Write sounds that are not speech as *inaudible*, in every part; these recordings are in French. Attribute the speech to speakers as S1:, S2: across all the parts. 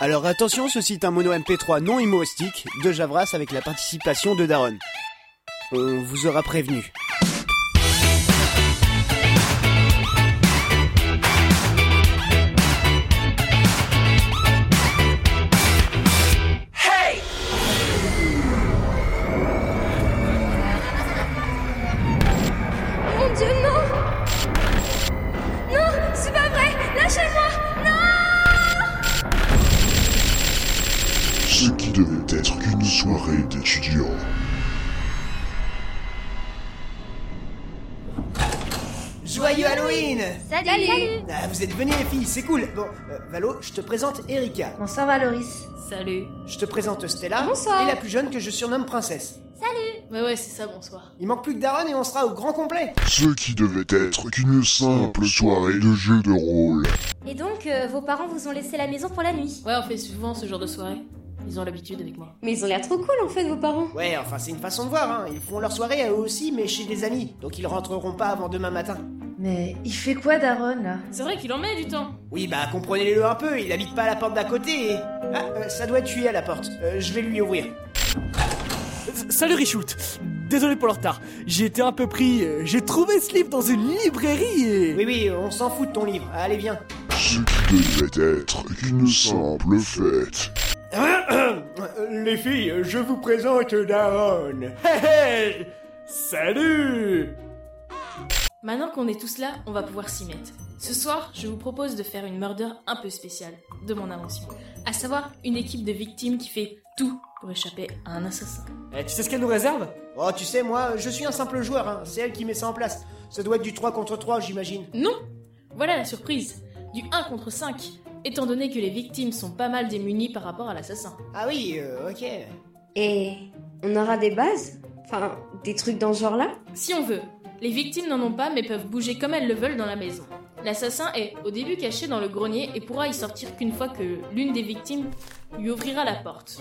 S1: Alors attention, ceci est un mono MP3 non humoristique de Javras avec la participation de Daron. On vous aura prévenu.
S2: Mon Dieu, non Non, c'est pas vrai Lâchez-moi Non
S3: Ce qui devait être qu'une soirée d'étudiants.
S4: Joyeux Halloween
S2: Salut,
S4: Ah, Vous êtes venus les filles, c'est cool Bon, euh, Valo, je te présente Erika.
S5: Bonsoir Valoris.
S6: Salut.
S4: Je te présente Stella.
S2: Bonsoir.
S4: Et la plus jeune que je surnomme princesse.
S6: Ouais, ouais, c'est ça, bonsoir.
S4: Il manque plus que Daron et on sera au grand complet.
S3: Ce qui devait être qu'une simple soirée de jeu de rôle.
S5: Et donc, euh, vos parents vous ont laissé la maison pour la nuit
S6: Ouais, on fait souvent ce genre de soirée. Ils ont l'habitude avec moi.
S5: Mais ils ont l'air trop cool en fait, vos parents.
S4: Ouais, enfin c'est une façon de voir, hein. Ils font leur soirée à eux aussi, mais chez des amis. Donc ils rentreront pas avant demain matin.
S7: Mais il fait quoi Daron là
S6: C'est vrai qu'il en met du temps.
S4: Oui, bah comprenez-le un peu, il habite pas à la porte d'à côté et... Ah, euh, ça doit tuer à la porte. Euh, je vais lui ouvrir.
S8: Salut Richoult Désolé pour le retard, j'ai été un peu pris, euh, j'ai trouvé ce livre dans une librairie et...
S4: Oui, oui, on s'en fout de ton livre. Allez, viens.
S3: Ce qui devait être qu'une simple fête.
S4: Euh, Les filles, je vous présente Daron.
S8: Salut
S6: Maintenant qu'on est tous là, on va pouvoir s'y mettre. Ce soir, je vous propose de faire une murder un peu spéciale, de mon invention. À savoir, une équipe de victimes qui fait tout pour échapper à un assassin.
S8: Eh, Tu sais ce qu'elle nous réserve
S4: Oh, tu sais, moi, je suis un simple joueur, hein. c'est elle qui met ça en place. Ça doit être du 3 contre 3, j'imagine.
S6: Non Voilà la surprise Du 1 contre 5, étant donné que les victimes sont pas mal démunies par rapport à l'assassin.
S4: Ah oui, euh, ok.
S5: Et on aura des bases Enfin, des trucs dans ce genre-là
S6: Si on veut, les victimes n'en ont pas mais peuvent bouger comme elles le veulent dans la maison. L'assassin est au début caché dans le grenier et pourra y sortir qu'une fois que l'une des victimes lui ouvrira la porte.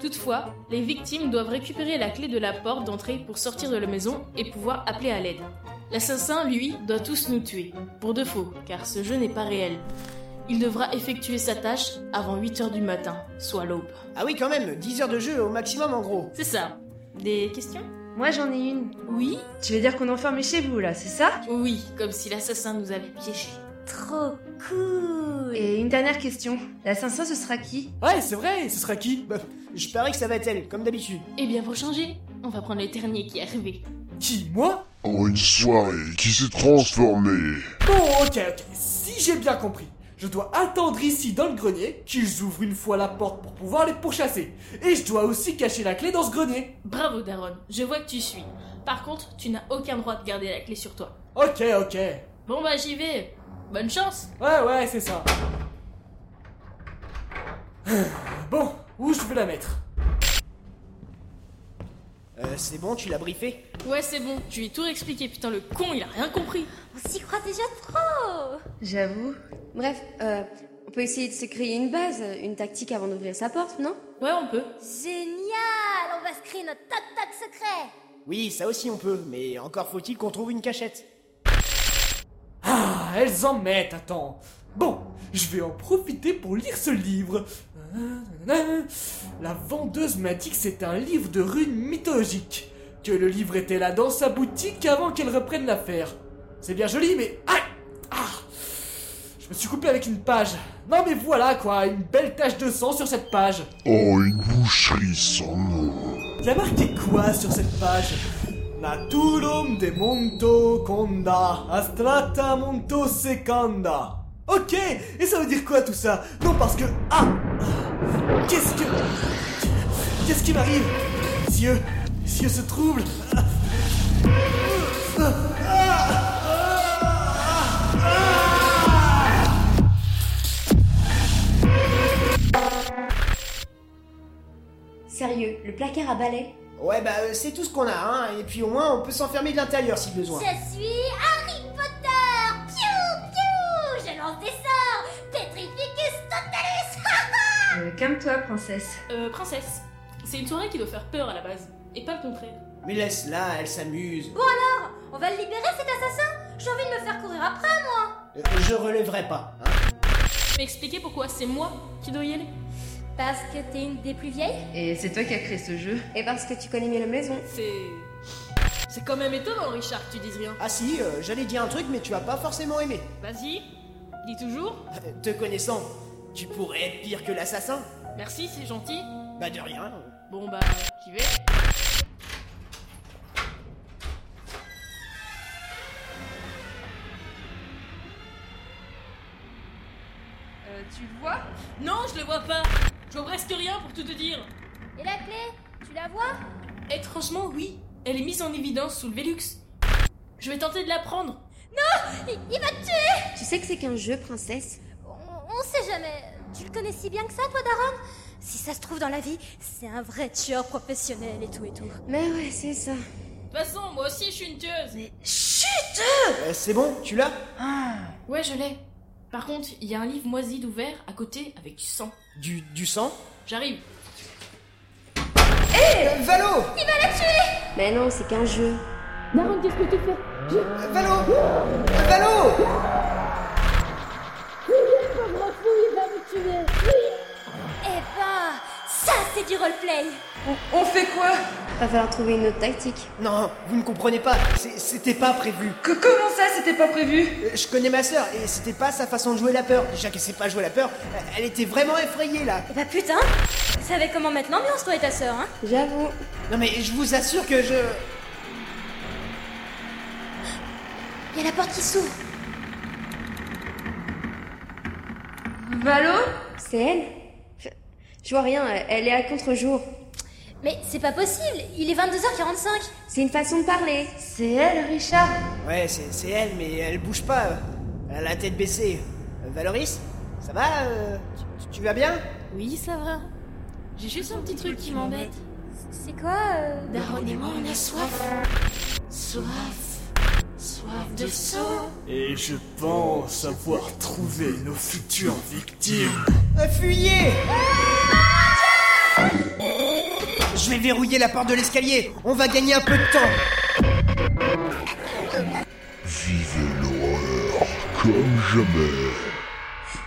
S6: Toutefois, les victimes doivent récupérer la clé de la porte d'entrée pour sortir de la maison et pouvoir appeler à l'aide. L'assassin, lui, doit tous nous tuer, pour de faux, car ce jeu n'est pas réel. Il devra effectuer sa tâche avant 8h du matin, soit l'aube.
S4: Ah oui, quand même, 10 heures de jeu au maximum en gros.
S6: C'est ça. Des questions
S7: Moi j'en ai une.
S6: Oui
S7: Tu veux dire qu'on est enfermé chez vous là, c'est ça
S6: Oui, comme si l'assassin nous avait piégés.
S5: Trop cool
S7: Et une dernière question. L'assassin ce sera qui
S8: Ouais, c'est vrai, ce sera qui
S4: Bah, je parie que ça va être elle, comme d'habitude.
S6: Eh bien, pour changer, on va prendre le dernier qui est arrivé.
S8: Qui Moi
S3: En une soirée qui s'est transformée.
S8: Bon, Oh, ok, ok, si j'ai bien compris, je dois attendre ici dans le grenier qu'ils ouvrent une fois la porte pour pouvoir les pourchasser. Et je dois aussi cacher la clé dans ce grenier.
S6: Bravo, Daron. Je vois que tu suis. Par contre, tu n'as aucun droit de garder la clé sur toi.
S8: Ok, ok. Ouais,
S6: Bon, bah, j'y vais. Bonne chance.
S8: ouais, c'est ça. *sighs* Bon, où je vais la mettre
S4: Euh, c'est bon, tu l'as briefé
S6: Ouais, c'est bon. Je lui ai tout expliqué. Putain, le con, il a rien compris.
S2: On s'y croit déjà trop
S7: J'avoue.
S5: Bref, euh, on peut essayer de se créer une base, une tactique avant d'ouvrir sa porte, non
S6: Ouais, on peut.
S2: Génial On va se créer notre toc-toc secret
S4: Oui, ça aussi on peut, mais encore faut-il qu'on trouve une cachette.
S8: Ah, elles en mettent, attends. Bon, je vais en profiter pour lire ce livre. La vendeuse m'a dit que c'était un livre de runes mythologiques. Que le livre était là dans sa boutique avant qu'elle reprenne l'affaire. C'est bien joli, mais... Aïe Ah Je me suis coupé avec une page. Non mais voilà quoi, une belle tache de sang sur cette page.
S3: En une boucherie sans nom.
S8: Il y a marqué quoi sur cette page Naturum de monto conda, astrata monto secanda. Ok, et ça veut dire quoi tout ça Non parce que... Ah Qu'est-ce que... Qu'est-ce qui m'arrive Les yeux, les yeux se troublent.
S5: Sérieux, le placard à balai
S4: Ouais, bah euh, c'est tout ce qu'on a, hein, et puis au moins on peut s'enfermer de l'intérieur si besoin.
S2: Je suis Harry Potter Piou Piou Je lance des sorts Petrificus Totalis *laughs*
S7: Euh, Calme-toi princesse.
S6: Euh, princesse, c'est une soirée qui doit faire peur à la base. Et pas le contraire.
S4: Mais laisse-la, elle s'amuse.
S2: On va le libérer cet assassin J'ai envie de me faire courir après
S4: Euh, je relèverai pas, hein.
S6: M'expliquer pourquoi c'est moi qui dois y aller
S2: Parce que t'es une des plus vieilles
S7: Et c'est toi qui as créé ce jeu.
S5: Et parce que tu connais mieux la maison.
S6: C'est. C'est quand même étonnant, Richard, que tu dises rien.
S4: Ah si, euh, j'allais dire un truc, mais tu vas pas forcément aimer.
S6: Vas-y, dis toujours.
S4: Euh, *laughs* Te connaissant, tu pourrais être pire que l'assassin.
S6: Merci, c'est gentil.
S4: Bah de rien.
S6: Bon bah, j'y vais.
S7: Euh, tu le vois
S6: Non, je le vois pas. Je vois presque rien pour tout te dire.
S2: Et la clé Tu la vois
S6: Étrangement, oui. Elle est mise en évidence sous le Velux. Je vais tenter de la prendre.
S2: il, il va te tuer
S5: Tu sais que c'est qu'un jeu, princesse
S2: on, on sait jamais. Tu le connais si bien que ça, toi, Daron Si ça se trouve dans la vie, c'est un vrai tueur professionnel et tout et tout.
S5: Mais ouais, c'est ça.
S6: De toute façon, moi aussi, je suis une tueuse.
S4: Euh, c'est bon, tu l'as
S6: Ah, Ouais, je l'ai. Par contre, il y a un livre moisi d'ouvert à côté avec du sang.
S4: Du, du sang
S6: J'arrive.
S4: Euh, Valo
S5: Mais non, c'est qu'un jeu.
S6: Daron, qu'est-ce que tu fais
S4: Euh, Valo Euh, Valo
S2: Eh ben, ça, c'est du roleplay
S7: on, on fait quoi
S5: Va falloir trouver une autre tactique.
S4: Non, vous ne comprenez pas, c'est- c'était pas prévu.
S7: Que- Comment ça, c'était pas prévu
S4: Euh, Je connais ma sœur, et c'était pas sa façon de jouer la peur. Déjà qu'elle sait pas jouer la peur, euh, elle était vraiment effrayée là.
S2: Eh ben putain Tu savais comment mettre l'ambiance, toi et ta sœur, hein
S5: J'avoue.
S4: Non mais je vous assure que je...
S2: Il y a la porte qui s'ouvre.
S7: Valo
S5: C'est elle je, je vois rien, elle est à contre-jour.
S2: Mais c'est pas possible, il est 22h45.
S5: C'est une façon de parler.
S7: C'est elle, Richard
S4: Ouais, c'est c'est elle, mais elle bouge pas. euh, Elle a la tête baissée. Euh, Valoris Ça va euh, tu, tu vas bien
S6: Oui, ça va. J'ai juste un petit truc qui m'embête.
S2: C'est quoi euh,
S6: Daron et moi, on a soif. Soif. Soif de sang.
S9: Et je pense avoir trouvé nos futures victimes.
S4: Euh, Fuyez Je vais verrouiller la porte de l'escalier. On va gagner un peu de temps.
S3: Vivez l'horreur comme jamais.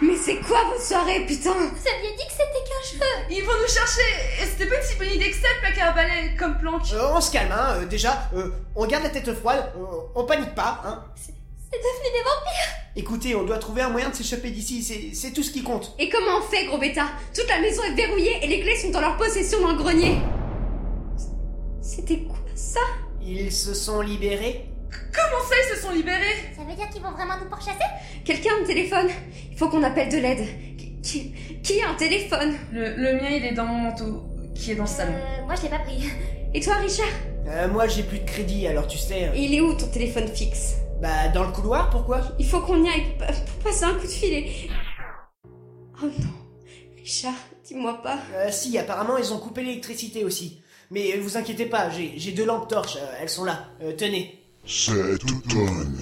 S5: Mais c'est quoi votre soirée, putain
S2: Vous aviez dit que c'était qu'un jeu
S7: Ils vont nous chercher Et c'était pas une si bonne idée que ça, le placard à balai, comme planque
S4: Euh, on se calme, hein, euh, déjà. euh, on garde la tête froide. euh, on panique pas, hein.
S2: C'est devenu des vampires
S4: Écoutez, on doit trouver un moyen de s'échapper d'ici. c'est- C'est tout ce qui compte.
S5: Et comment on fait, gros bêta Toute la maison est verrouillée et les clés sont en leur possession dans le grenier. C'était quoi ça
S4: Ils se sont libérés
S7: Comment ça, ils se sont libérés
S2: Ça veut dire qu'ils vont vraiment nous pourchasser
S5: Quelqu'un a un téléphone Il faut qu'on appelle de l'aide. Qui, qui- qui a un téléphone
S7: le, le mien, il est dans mon manteau, qui est dans le salon.
S2: Euh, moi je l'ai pas pris.
S5: Et toi, Richard
S4: Euh, Moi j'ai plus de crédit, alors tu sais. euh,
S5: Et il est où ton téléphone fixe
S4: Bah, dans le couloir, pourquoi
S5: Il faut qu'on y aille pour, pour passer un coup de filet. Oh non. Richard, dis-moi pas.
S4: Euh, Si, apparemment ils ont coupé l'électricité aussi. Mais euh, vous inquiétez pas, j'ai j'ai deux lampes torches, euh, elles sont là. Euh, tenez.
S3: Cet automne,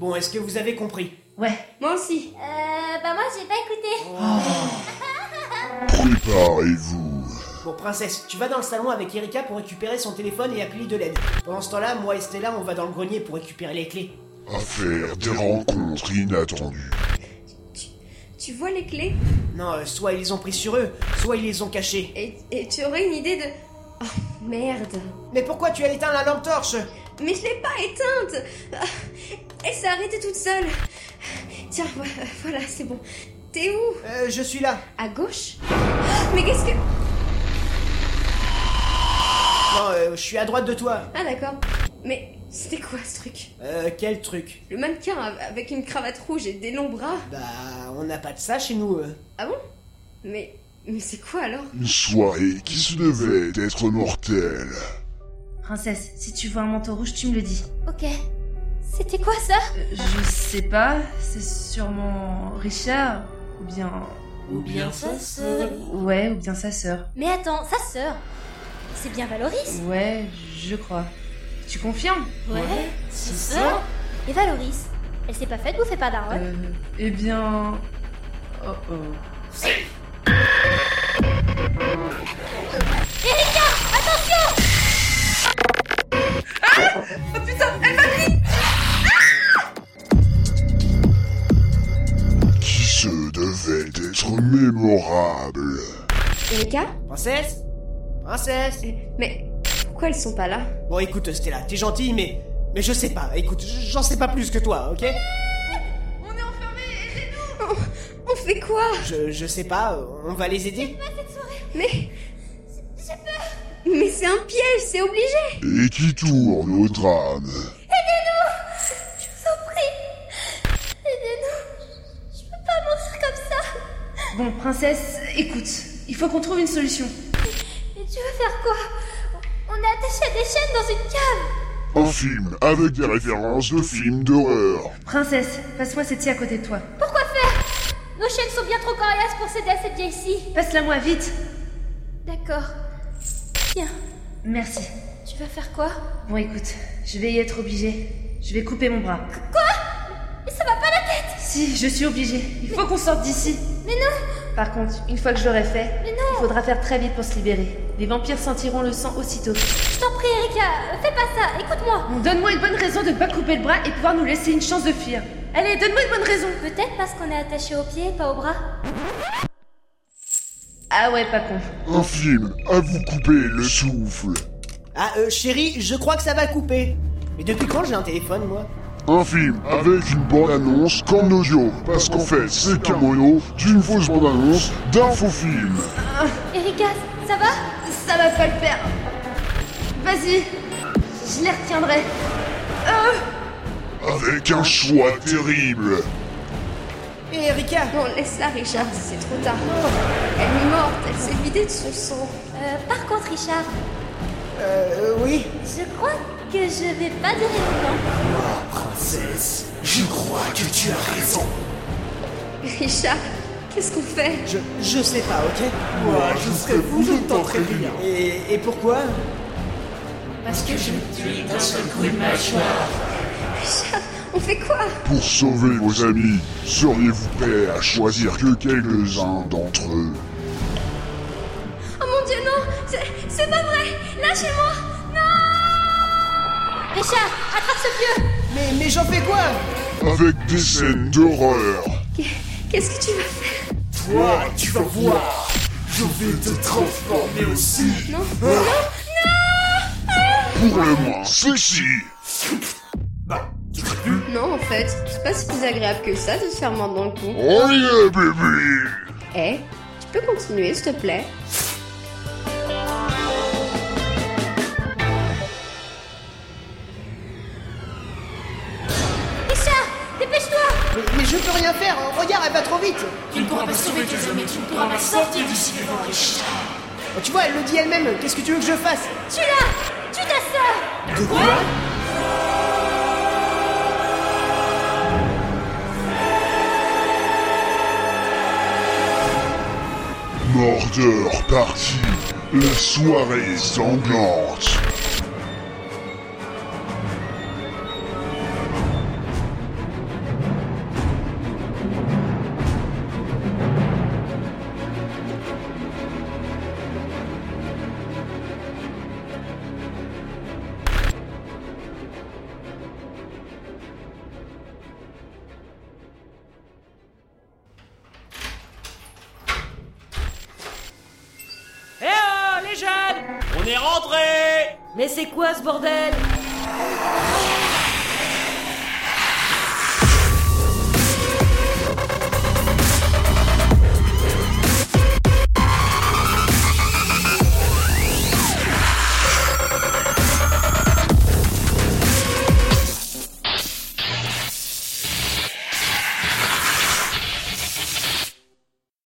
S4: Bon, est-ce que vous avez compris
S7: Ouais.
S5: Moi aussi.
S2: Euh, bah moi j'ai pas écouté.
S3: préparez-vous.
S4: Bon, princesse, tu vas dans le salon avec Erika pour récupérer son téléphone et appeler de l'aide. Pendant ce temps-là, moi et Stella, on va dans le grenier pour récupérer les clés.
S3: à faire des rencontres inattendues.
S5: Tu vois les clés
S4: Non, euh, soit ils les ont pris sur eux, soit ils les ont cachées.
S5: et, et tu aurais une idée de... Oh merde.
S4: Mais pourquoi tu as éteint la lampe torche
S5: Mais je l'ai pas éteinte Ah, Elle s'est arrêtée toute seule Tiens, vo- voilà, c'est bon. T'es où
S4: euh, Je suis là.
S5: À gauche Ah, Mais qu'est-ce que...
S4: Non, euh, je suis à droite de toi.
S5: Ah d'accord. Mais c'était quoi ce truc
S4: Euh, quel truc
S5: Le mannequin av- avec une cravate rouge et des longs bras
S4: Bah, on n'a pas de ça chez nous. euh.
S5: Ah bon Mais... Mais c'est quoi alors
S3: Une soirée qui se devait être mortelle.
S7: Princesse, si tu vois un manteau rouge, tu me le dis.
S2: Ok. C'était quoi ça
S7: Euh, je sais pas, c'est sûrement Richard, ou bien...
S9: Ou bien ça, seul.
S7: Ouais, ou bien sa sœur.
S2: Mais attends, sa sœur C'est bien Valoris
S7: Ouais, je crois. Tu confirmes
S6: Ouais, c'est ça.
S2: Et Valoris Elle s'est pas faite bouffer par
S5: Ah
S2: Daron
S7: Euh, eh bien... Oh oh...
S3: Qui se devait être mémorable.
S5: Erika
S4: Princesse Princesse
S5: Mais pourquoi elles sont pas là
S4: Bon, écoute, euh, Stella, t'es gentille, mais. Mais je sais pas, écoute, j'en sais pas plus que toi, ok
S7: On est enfermés, aidez-nous
S5: on, on fait quoi
S4: je, je sais pas, euh, on va les aider
S5: Mais. Mais c'est un piège, c'est obligé
S3: Et qui tourne au drame.
S2: Je peux pas mourir comme ça
S7: Bon, princesse, écoute, il faut qu'on trouve une solution.
S2: Mais tu veux faire quoi On est attaché à des chaînes dans une cave
S3: Un film avec des références de films d'horreur.
S7: Princesse, passe-moi cette scie à côté de toi.
S2: Pourquoi faire Nos chaînes sont bien trop coriaces pour céder à cette vieille scie.
S7: Passe-la-moi, vite
S2: D'accord. Tiens,
S7: Merci.
S2: tu vas faire quoi
S7: Bon, écoute, je vais y être obligée. Je vais couper mon bras.
S2: Mais ça va pas la tête
S7: Si, je suis obligée. Il faut qu'on sorte d'ici.
S2: Mais non
S7: Par contre, une fois que je l'aurai fait,
S2: Mais non
S7: il faudra faire très vite pour se libérer. Les vampires sentiront le sang aussitôt.
S2: Je t'en prie, Erika, fais pas ça, écoute-moi
S7: Donne-moi une bonne raison de ne pas couper le bras et pouvoir nous laisser une chance de fuir. Allez, donne-moi une bonne raison.
S2: Peut-être parce qu'on est attaché aux pieds et pas aux bras
S7: Ah ouais, pas con.
S3: Un film à vous couper le souffle.
S4: Ah, euh, chérie, je crois que ça va couper. Mais depuis quand j'ai un téléphone, moi
S3: Un film avec une bande-annonce qu'en audio. Parce qu'en fait, c'est qu'un mono d'une fausse bande-annonce d'un faux film.
S2: Erika, ça va
S7: Ça va pas le faire. Vas-y, je les retiendrai.
S3: Avec un choix terrible.
S4: Hé, Erika
S5: Bon, laisse-la, Richard, c'est trop tard. Elle est morte, elle s'est vidée de son sang.
S2: Euh, par contre, Richard,
S4: Euh, oui
S2: je crois que je vais pas durer longtemps.
S9: Oh, Princesse, je crois que tu as raison.
S5: Richard, qu'est-ce qu'on fait
S4: Je, je sais pas, ok Oh,
S9: Moi, je serais vous, je ne tenterai rien.
S4: Et, et pourquoi
S5: Richard, on fait quoi
S3: Pour sauver vos amis, seriez-vous prêt à choisir que quelques-uns d'entre eux
S5: Oh mon dieu, non C'est- C'est pas vrai Lâchez-moi
S2: Richard, attrape ce vieux
S4: Mais, mais j'en fais quoi
S3: Avec des scènes d'horreur
S5: Qu'est-ce que tu vas faire
S9: Toi, tu vas voir. Je vais te transformer aussi.
S3: pour le moins sexy
S9: Bah, tu serais plus.
S5: Non, en fait, c'est pas si désagréable que ça de se faire mordre dans le cou.
S3: Oh yeah, bébé
S5: Eh, tu peux continuer, s'il te plaît
S2: Richard, dépêche-toi
S4: mais, mais je peux rien faire, regarde, elle va trop vite
S6: Tu ne pourras pas sauver tes amis, tu ne pourras pas sortir d'ici devant Richard.
S4: Oh, Tu vois, elle le dit elle-même, qu'est-ce que tu veux que je fasse
S2: Tu l'as Tu ta sœur
S3: Mordeur parti, la soirée sanglante.
S4: Eh oh, les jeunes
S10: On est rentré
S11: Mais c'est quoi ce bordel